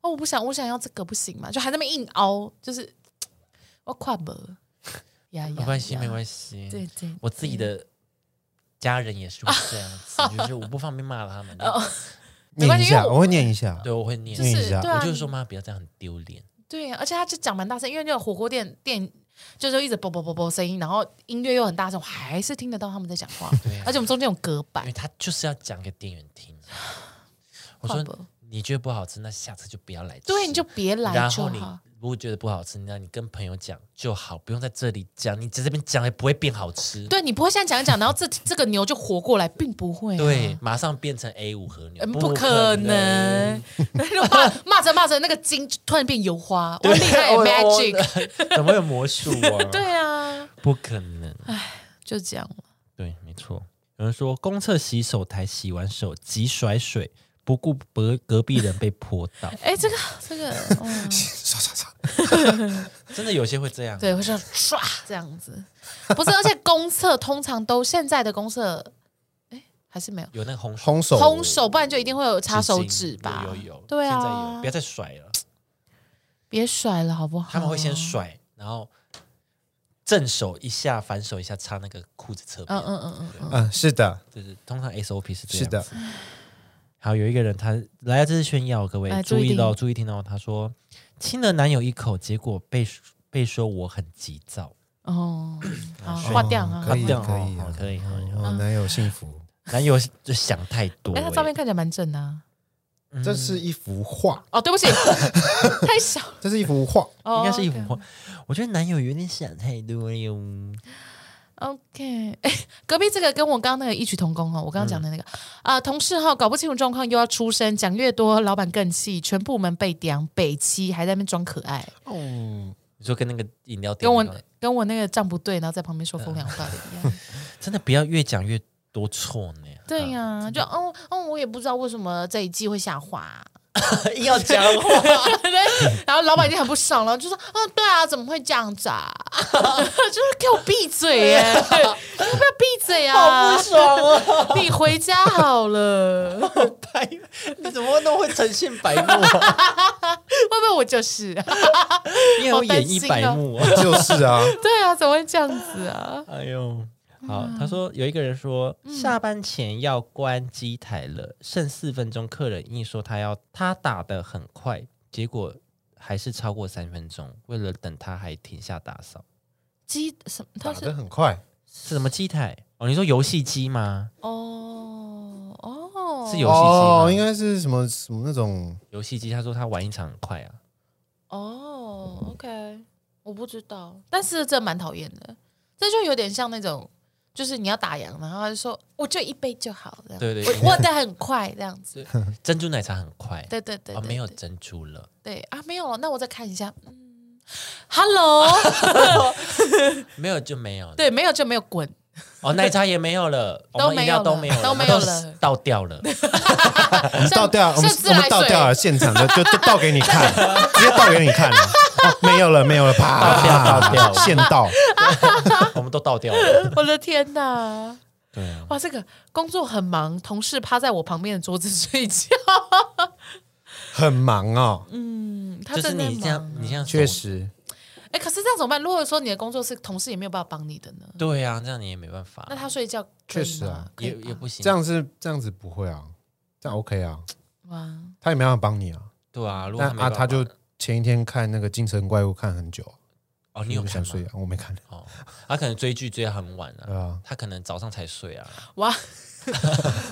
哦，我不想，我想要这个不行嘛，就还在那边硬凹，就是我跨不，呀呀，没关系，呀没关系。对对，我自己的家人也是会这样 子，就是我不方便骂他们。没关念系因一下，为我我会念一下。 对，我会念哦就，念一是下对啊，我就是说妈，不要这样，很丢脸。对，而且他就讲蛮大声，因为那个火锅店店就是一直啵啵啵啵声音，然后音乐又很大声，我还是听得到他们在讲话。对啊而且我们中间有隔因板为，他就是要讲给店员听。啊我跨说不你觉得不好吃，那下次就不要来吃。对，你就别来然就后你好。如果觉得不好吃，那你跟朋友讲就好，不用在这里讲，你在这边讲也不会变好吃。对啊你不会现在讲一讲，然后这这个牛就活过来，并不会、啊。对，马上变成 A 五和牛，嗯，不不可能。 骂骂着骂着，那个筋就突然变油花，我厉害我 magic。我 怎么会有魔术啊？ 对啊，不可能。就这样了。对，没错。有人说，公厕洗手台洗完手急甩水，不顾隔隔壁人被泼 到，哎，这个这 个，嗯，刷刷刷，真的有些会这样。对，会这样唰这样子，不是，而且公厕通常都现在的公厕，哎，还是没有有那个红手烘手，烘手，不然就一定会有擦手巾指吧？有有有，对现在有，啊不，要再甩了。别甩了好不好？他们会先，甩，然后正手一下，反手一下擦那个裤子侧边嗯。嗯嗯嗯嗯，嗯，是的，就是通常 SOP 是这样。是的。，好，有一个人他来，这是炫耀，各位来注意注意到，听注意听到，他说亲了男友一口，结果被被说我很急躁。哦，好，甩划掉啊可。以啊可以对啊哦好可以可以哦，男友幸福，男友就想太多、哎，欸。他照片看起来蛮正的啊。嗯这是一幅画，哦，对不起，太小，这是一幅画，哦应该是一幅 OK 画。我觉得男友有点想太多哟。 OK，哎，隔壁这个跟我刚刚那个异曲同工哦，我刚刚讲的那个啊、同事哈搞不清楚状况又要出声，讲越多，老板更气，全部门被刁，北七还在那边装可爱，哦，你说跟那个饮料店跟我那个跟我那个账不对，然后在旁边说风凉话的一样。真的不要越讲越多错呢？对呀、就哦哦，我也不知道为什么这一季会下滑，硬 要讲话， 对，然后老板已经很不爽了，就说：“哦，对啊，怎么会这样子啊？ 就是给我闭嘴耶！要 不要闭嘴啊？爽哦！你回家好了， 会 白，你怎么会那么会呈现白目啊？不会我就是？ 啊你也有哦演绎白目啊？就是啊， 对啊，怎么会这样子啊？哎呦，好，嗯他说有一个人说，下班前要关机台了，剩四分钟，客人硬说他要他打的很快，结果还是超过三分钟，为了等他还停下打扫，鸡什么？打他的是很快，是什么机台？哦，你说游戏机吗？哦哦，是游戏机吗哦，应该是什么什么那种游戏机，他说他玩一场很快啊，哦，OK，我不知道，但是这蛮讨厌的，这就有点像那种。就是你要打烊，然后他就说我就一杯就好，这样对对对我我的很快这样子，珍珠奶茶很快，对对对啊哦，对没有对珍珠了，对啊，没有了，那我再看一下。嗯，Hello， 没有就没有了，对，没有就没有滚。哦，奶茶也没有了， 哦都我们饮料都没有了，没有了都没有了倒掉了，像倒掉，我像们自我来们水，倒掉了，现场就就就倒给你看，直接倒给你看了，哦没有了，没有了，啪，倒掉啊倒掉现倒，我们都倒掉了，我的天哪！对啊，哇，这个工作很忙，同事趴在我旁边的桌子睡觉。很忙哦，嗯， 他就是真的你这样忙，你这样啊确手实，哎，可是这样怎么办？如果说你的工作是同事也没有办法帮你的呢？对啊，这样你也没办法那，他睡觉可以确实啊吗可以也也吧不行，这样是这样子不会啊，这样 OK 啊，哇，他也没办法帮你啊，对啊，如果那他没啊办法他就前一天看那个《精神怪物》看很久，哦，你有就看想吗睡？啊，我没看，哦，他可能追剧追到很晚对啊，啊，他可能早上才睡啊，哇，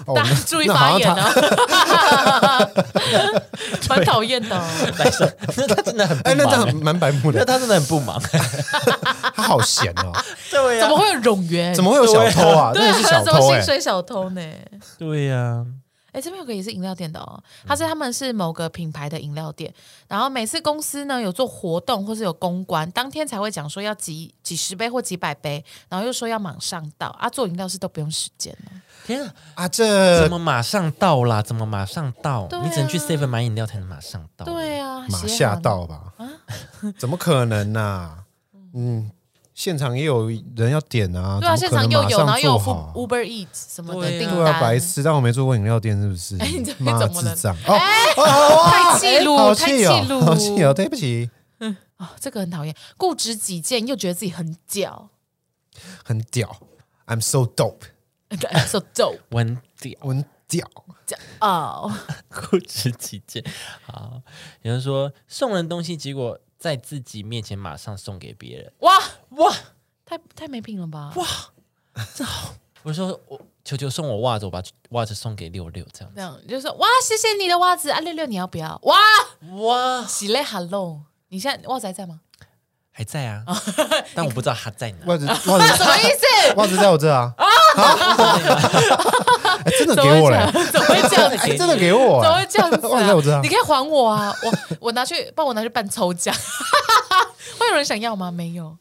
哦大家 那注意那发好言像他啊， 蛮讨厌的 哦。但是那他真的很不哎，那这忙欸样，蛮白目那 的，他真的很不忙，欸 他好闲哦，对 怎么，会有冗员？怎么会有小偷啊？对那啊是小怎么偷哎薪，水小偷呢？对呀，哎，这边有个也是饮料店的哦，它嗯是他们是某个品牌的饮料店，然后每次公司呢有做活动或是有公关，当天才会讲说要几几十杯或几百杯，然后又说要马上到啊，做饮料是都不用时间的，天啊，啊，怎这么马上到啦？怎么马上到对？啊你只能去 seven 买饮料才能马上到，对啊，哦马斜吓行，到吧？啊 怎么可能呐？嗯，现场也有人要点啊，对啊，怎现么可场能又马有，然后上又有做付好啊？ Uber Eat s 什么的对啊订对啊，白单，痴！但我没做过饮料店，是不是？哎你这边妈怎么了哎智障！哦，太气好路，太气气哦，路，好气哦！对不起，哦这个很讨厌，固执己见又觉得自己很 屌很屌，I'm so dope， ，so dope 我很屌。我很屌。哦， 固执己见。好，有人说送人东西，结果在自己面前马上送给别人， 哇，哇！太太没品了吧？我说我球球送我袜子，我把袜子送给六六，这样这样就说哇，谢谢你的袜子啊，六六你要不要？哇，哇，喜嘞 hello，你现在袜子还在吗？还在啊，哦 但我不知道他在哪。袜子，袜子 什，么意思？袜子在我 这啊！啊， 哎真的怎给么会我这嘞样？！怎么会这样？哎，真的给我怎么会哎！这样子袜子在我这啊啊！你可以还我啊，我我拿去帮我拿去办抽奖， 会有人想要吗？没有，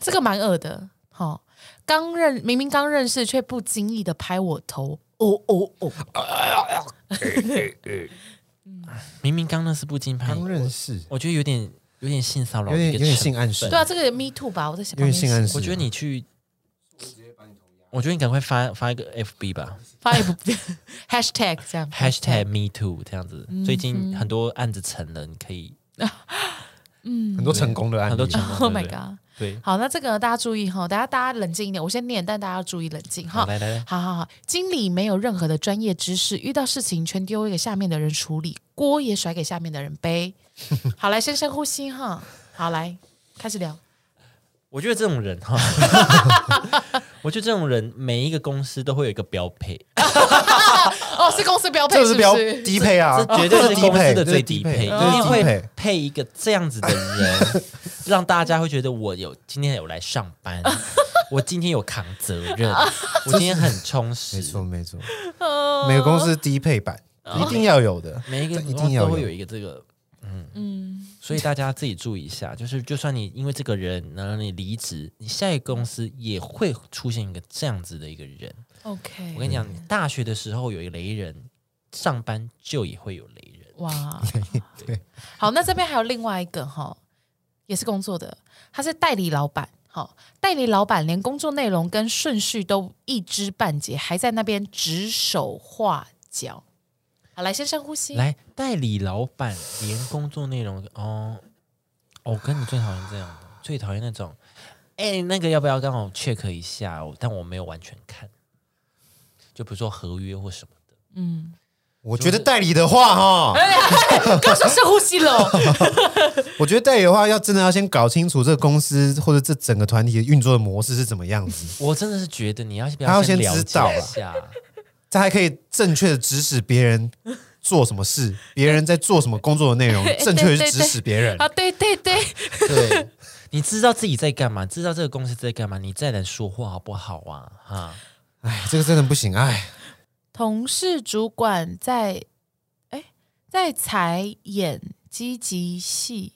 这个蛮恶的。好、刚认明明刚认识，却不经意的拍我头，哦哦哦，明明刚那是不经拍，刚认识，我觉得有点有点性骚扰，有点有点性。性暗示对，啊，这个也 me too 吧，我在想有点性暗示。我觉得你去，我觉得你赶快发发一个 FB 吧发也不 hashtag 这样，#hashtag 嗯 me too 这样子。最近很多案子成了，你可以很多成功的案例，很多成功。 Oh 对 my 不对 god！对，好，那这个大家注意哈，大家大家冷静一点，我先念，但大家要注意冷静哈好。来来来，好好好，经理没有任何的专业知识，遇到事情全丢给下面的人处理，锅也甩给下面的人 背。好，来深深呼吸哈。好，来开始聊。我觉得这种人 哈， 我觉得这种人每一个公司都会有一个标配，哦，是公司标配这是是不标是？哦低配啊，这绝对这是低公司的配，这是最低低配，配，这一定是低会 配。配一个这样子的 人，让大家会觉得我有今天有来上班，我今天有扛责 任，我今天很充没实。错没错，哦每个公司低配版一定要有的，每一个这一公定司要都会有有一个这个，嗯，所以大家自己注意一下，就是就算你因为这个人，然后你离职，你下一个公司也会出现一个这样子的一个人。 OK，我跟你讲，你大学的时候有一雷人，上班就也会有雷人。哇，对，好，那这边还有另外一个哈，也是工作的，他是代理老板。好，代理老板连工作内容跟顺序都一知半解，还在那边指手画脚。好，来，先深呼吸。来，代理老板连工作内容哦，哦我、跟你最讨厌这样的，最讨厌那种，哎，那个要不要刚好 check 一下哦？但我没有完全看，就比如说合约或什么的。嗯，我觉得代理的话，哈，哎刚说深呼吸了，哦我觉得代理的话，要真的要先搞清楚这个公司或者这整个团体的运作的模式是怎么样子， 我真的是觉得你要不他要先先了知解道啊一啦下，这还可以正确的指使别人做什么事，别人在做什么工作的内 容对，正确的对去指使别人。 啊，对对对，对，你知道自己在干嘛，知道这个公司在干嘛，你再来说话好不好啊？哈，哎，这个真的不行，哎，同事主管在哎在采演积极戏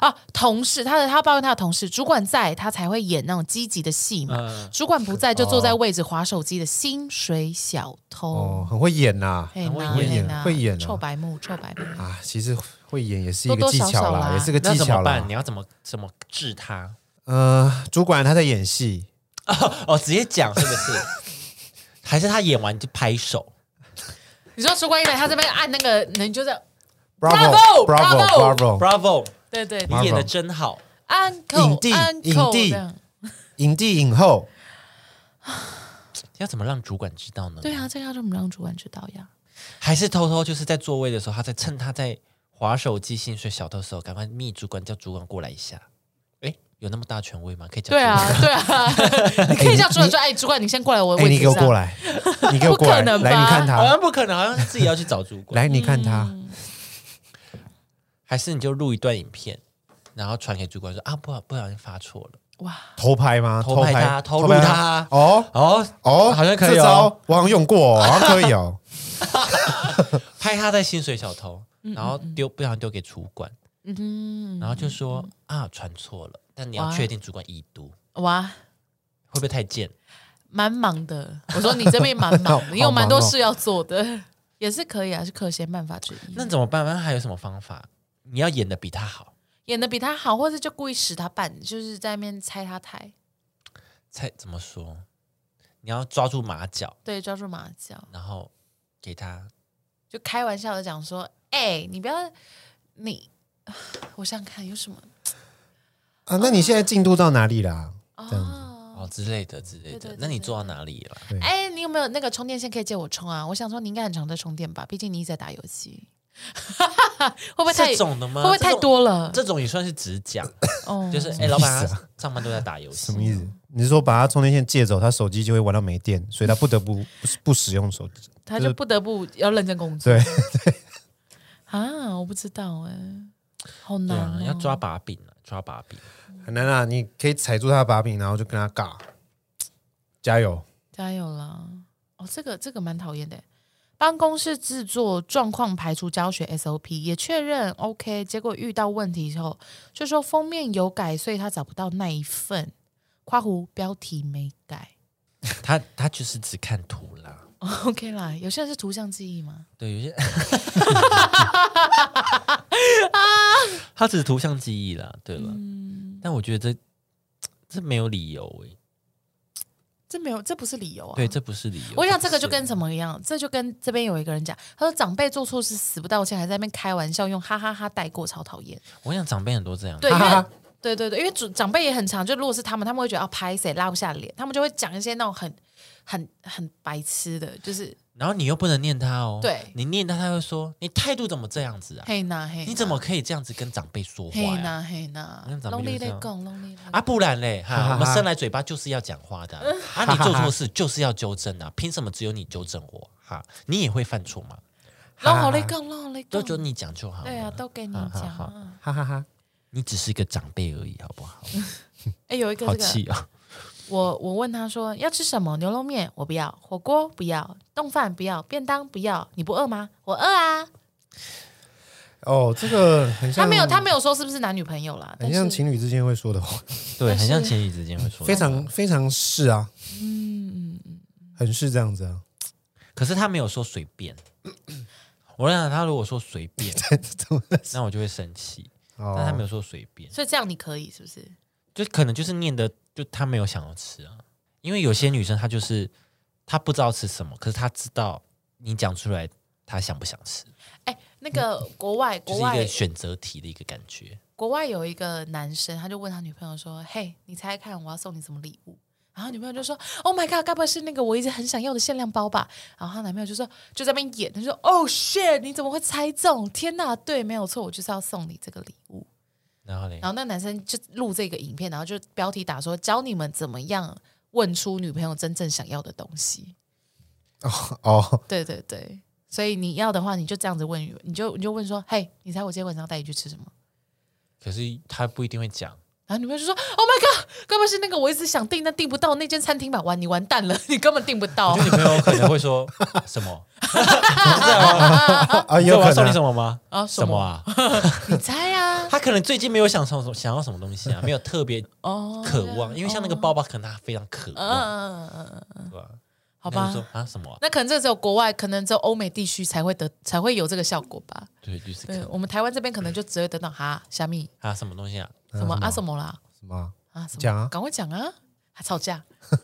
啊，同事他的他抱怨他的同事，主管在他才会演那种积极的戏嘛，嗯、主管不在就坐在位置划手机的薪水小哦，偷。哎很会演呐、嘿呐会嘿演呐会演啊臭白目，臭白目。啊，其实会演也是一个多多技少巧啦，少啦也是个那技怎巧么啦办？你。要怎么怎么治他？呃，主管他在演戏，哦，直接讲是不是？ 还是他演完就拍手？你说主管一来，他这边按那个，你就在 Bravo， Bravo Bravo Bravo Bravo， Bravo，对对你演的真好。 ，uncle 帝 uncle 嗯影帝这样。影帝影后，要怎么让主管知道呢？对，啊，这个要怎么让主管知道呀？还是偷偷就是在座位的时候，他在趁他在划手机、薪水小偷的时候，赶快密主管叫主管过来一下。哎，有那么大权威吗？可以叫对啊主管，对啊， 你可以叫主管说，哎，主管你先过来，我的哎，位你置给我上过来，你给我不过来，可能吧来你看好他，像不可能，好像是自己要去找主管。来你看他，还是你就录一段影片，然后传给主管说啊，不好不小心发错了。哇，偷拍吗？偷拍他偷录拍他哦哦哦，好像可以哦这招我好像用过哦，好像可以哦。 拍他在薪水小偷，然后丢不小心丢给主管，嗯，然后就说啊传错了，但你要哇确定主管已读，哇，会不会太贱？蛮忙的。我说你这边蛮 哦忙的，你有蛮多事要做的，也是可以啊，是可行办法之一。那怎么办？那还有什么方法？你要演的比他好，演的比他好，或者就故意使他扮，就是在那边拆他台，才怎么说？你要抓住马脚，对，抓住马脚，然后给他就开玩笑的讲说：“哎、你不要你， 我想想看有什么啊，那你现在进度到哪里啦？这样子哦。”哦之类的之类对对的对。那你做到哪里了？哎、你有没有那个充电线可以借我充啊？我想说你应该很常在充电吧，毕竟你一直在打游戏， 会不会太这种的吗？会不会太这种？多了？这种也算是只 讲，哦，就是哎、么老板意思啊他上班都在打游什戏么，意思？你是说把他充电线借走，他手机就会玩到没电，所以他不得不 不不使用手机？他就不得不要认真工作。对 啊，我不知道哎、好对难、哦啊，要抓把柄啊，抓把柄。很难啊！你可以踩住他的把柄，然后就跟他尬，加油！加油啦！哦，这个这个蛮讨厌的。帮公司制作状况排除教学 SOP 也确认 OK，结果遇到问题之后，就说封面有改，所以他找不到那一份。夸胡标题没改 他他就是只看图啦。 ，OK 啦。有些人是图像记忆嘛，对，有 些 他只是图像记忆啦。对了，嗯但我觉得这这没有理由欸诶、这没有，这不是理由啊。对，这不是理由。我想不这个就是跟什么一样，这就跟这边有一个人讲，他说长辈做错事死不道歉，还在那边开玩笑，用哈哈哈带过，超讨厌。我想长辈很多这样，对，哈因哈为哈对对对，因为主长辈也很常，就如果是他们，他们会觉得要啊拍谁拉不下脸，他们就会讲一些那种很很很白痴的，就是然后你又不能念他哦。对你念他，他会说你态度怎么这样子啊？嘿呐嘿呐，你怎么可以这样子跟长辈说话嘿呀、呐嘿呐那长辈就是这，lonely 在样讲 lonely 在啊，不然嘞，哈，我们生来嘴巴就是要讲话的啊，嗯啊你做错事就是要纠正啊，凭什么只有你纠正我？哈，你也会犯错嘛，讲，然后在讲，然后在都就讲，你讲就好了。对啊，都给你哈哈讲哈啊。哈哈哈！你只是一个长辈而已，好不好？哎，有一个好这个，气啊！我我问他说要吃什么？牛肉面我不要，火锅不要，冻饭不要，便当不要，你不饿吗？我饿啊！哦，这个很像他没有，他没有说是不是男女朋友啦，但是很像情侣之间会说 的话，对，但很像是情侣之间会说的非常非常是啊，嗯，很是这样子啊， 可是他没有说随便。 我想他如果说随便，怎么那我就会生气。哦但他没有说随便，所以这样你可以是不是？就可能就是念的，就他没有想要吃啊。因为有些女生她就是她不知道吃什么，可是她知道你讲出来她想不想吃，哎、那个国外就国是一外个选择题的一个感觉。国外有一个男生，他就问他女朋友说：“嘿，你猜猜看，我要送你什么礼物？”然后女朋友就说：“Oh my god，该不会是那个我一直很想要的限量包吧？”然后她男朋友就说：“就在那边演，他说：‘Oh shit，你怎么会猜中？天哪，对，没有错，我就是要送你这个礼物。’然后嘞，然后那男生就录这个影片，然后就标题打说：‘教你们怎么样问出女朋友真正想要的东西。哦’对对对，所以你要的话，你就这样子问女，你就你就问说：‘嘿，你猜我今天晚上要带你去吃什么？’可是她不一定会讲。然后女朋友就说：“Oh my god，该不会是那个我一直想订但订不到那间餐厅吧？完，你完蛋了， 你根本订不我到觉得。女朋友可能会说什 么？啊，你知有道我可要送你能什么吗？啊什什么么啊？你猜啊？她可能最近没有想什么想要什么东西啊，没有特别 哦，渴望，因为像那个包包，可能她非常渴嗯望，嗯嗯嗯嗯，对吧？好那吧就。说啊什么啊？那可能这只有国外，可能只有欧美地区才会得才会有这个效果吧。对，就是渴对我们台湾这边可能就只会得到 哈虾米啊什么东西啊？什么啊什么啦什么啊？啊什么，讲啊赶快讲啊，还吵架。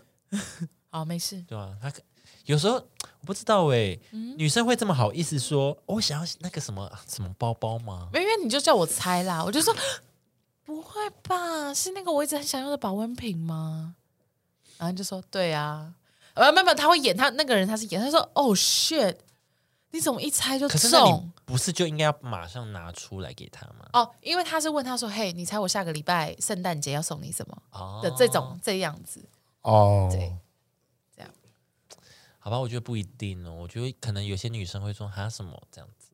好，没事。对啊，他可有时候我不知道哎、女生会这么好意思说，我想要那个什么什么包包吗？没有，因为你就叫我猜啦，我就说不会吧？是那个我一直很想要的保温瓶吗？然后你就说对啊，呃，没有没有，他会演他那个人，他是演，他说哦 shit，你怎么一猜就可是那中你？不是就应该要马上拿出来给他吗？哦，因为他是问他说，嘿，你猜我下个礼拜圣诞节要送你什么哦的这种这样子，哦，对这样好吧，我觉得不一定哦，我觉得可能有些女生会说哈什么这样子，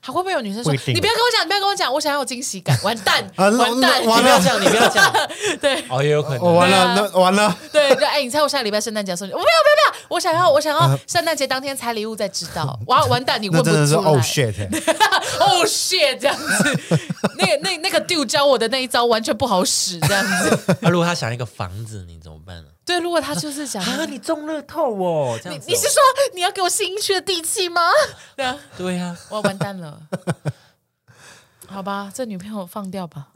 还会不会有女生说，不一定你不要跟我讲，你不要跟我讲，我想要有惊喜感，完蛋，啊那完蛋，那完你不要这样，你不要 这样，对哦，也有可我能。完了，对啊那完了，对，就哎，你猜我下个礼拜圣诞节要送你？我没有没有没有，我啊想要我想要圣诞节当天拆礼物再知 道。哇，完蛋，你问那不真出来。的是哦 shit，欸 oh shit，这样子， 那个那那个 d 教我的那一招完全不好使，这样子。 啊，如果她想要一个房子，你怎么办啊呢？ 对，如果他就是讲，啊，你中乐透哦，这你样子哦、你是说你要给我新区的地契 吗？对啊，对呀、我完蛋了。好吧，这女朋友放掉 吧。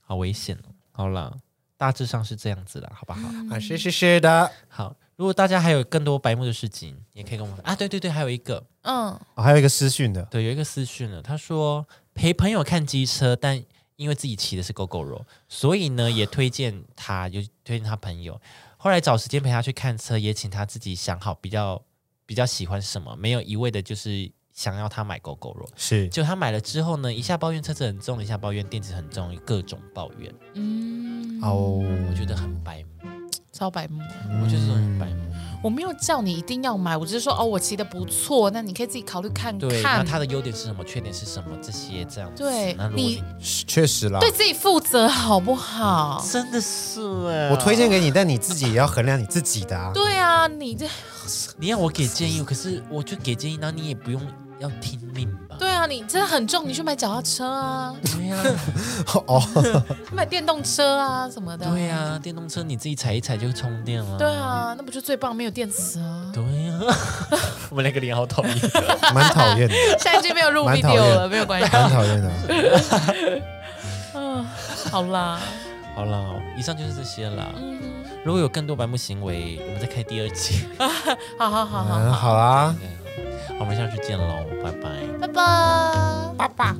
好危险哦。好啦，大致上是这样子啦，好不好？啊，是是是的，好，如果大家还有更多白目的事情，也可以跟我们啊。对对对，还有一个，嗯，哦还有一个私讯的，对，有一个私讯了，他说陪朋友看机车，但因为自己骑的是 GoGo 罗，所以呢也推荐他，有推荐他朋友。后来找时间陪他去看车，也请他自己想好比较比较喜欢什么，没有一味的就是想要他买 GoGo 罗。是结果他买了之后呢，一下抱怨车子很重，一下抱怨电池很重，各种抱怨，哦，我觉得很白目，超白目。我觉得这种很白目。我没有叫你一定要买，我只是说哦，我骑的不错，那你可以自己考虑看对，然后看。他的优点是什么，缺点是什么，这些这样子。对那如果你你是确实啦。对自己负责好不好？真的是哎，我推荐给你，但你自己也要衡量你自己的啊。对啊，你这你要我给建议，可是我就给建议，那你也不用要听命吧？对啊，你真的很重，你去买脚踏车 啊，对呀、 哦，买电动车啊什么的。对呀、电动车你自己踩一踩就充电了。对啊，那不就最棒？没有电池啊，对呀、 我们两个脸好 讨厌。蛮讨厌的，现在已经没有录蛮讨 video 厌了，没有 关系。蛮讨厌的。嗯，好啦，好了，以上就是这些啦。嗯嗯如果有更多白目行为，我们再开第二集。 好好 好嗯好，嗯，好啦。对好我们下次见喽，拜拜。拜拜，爸爸。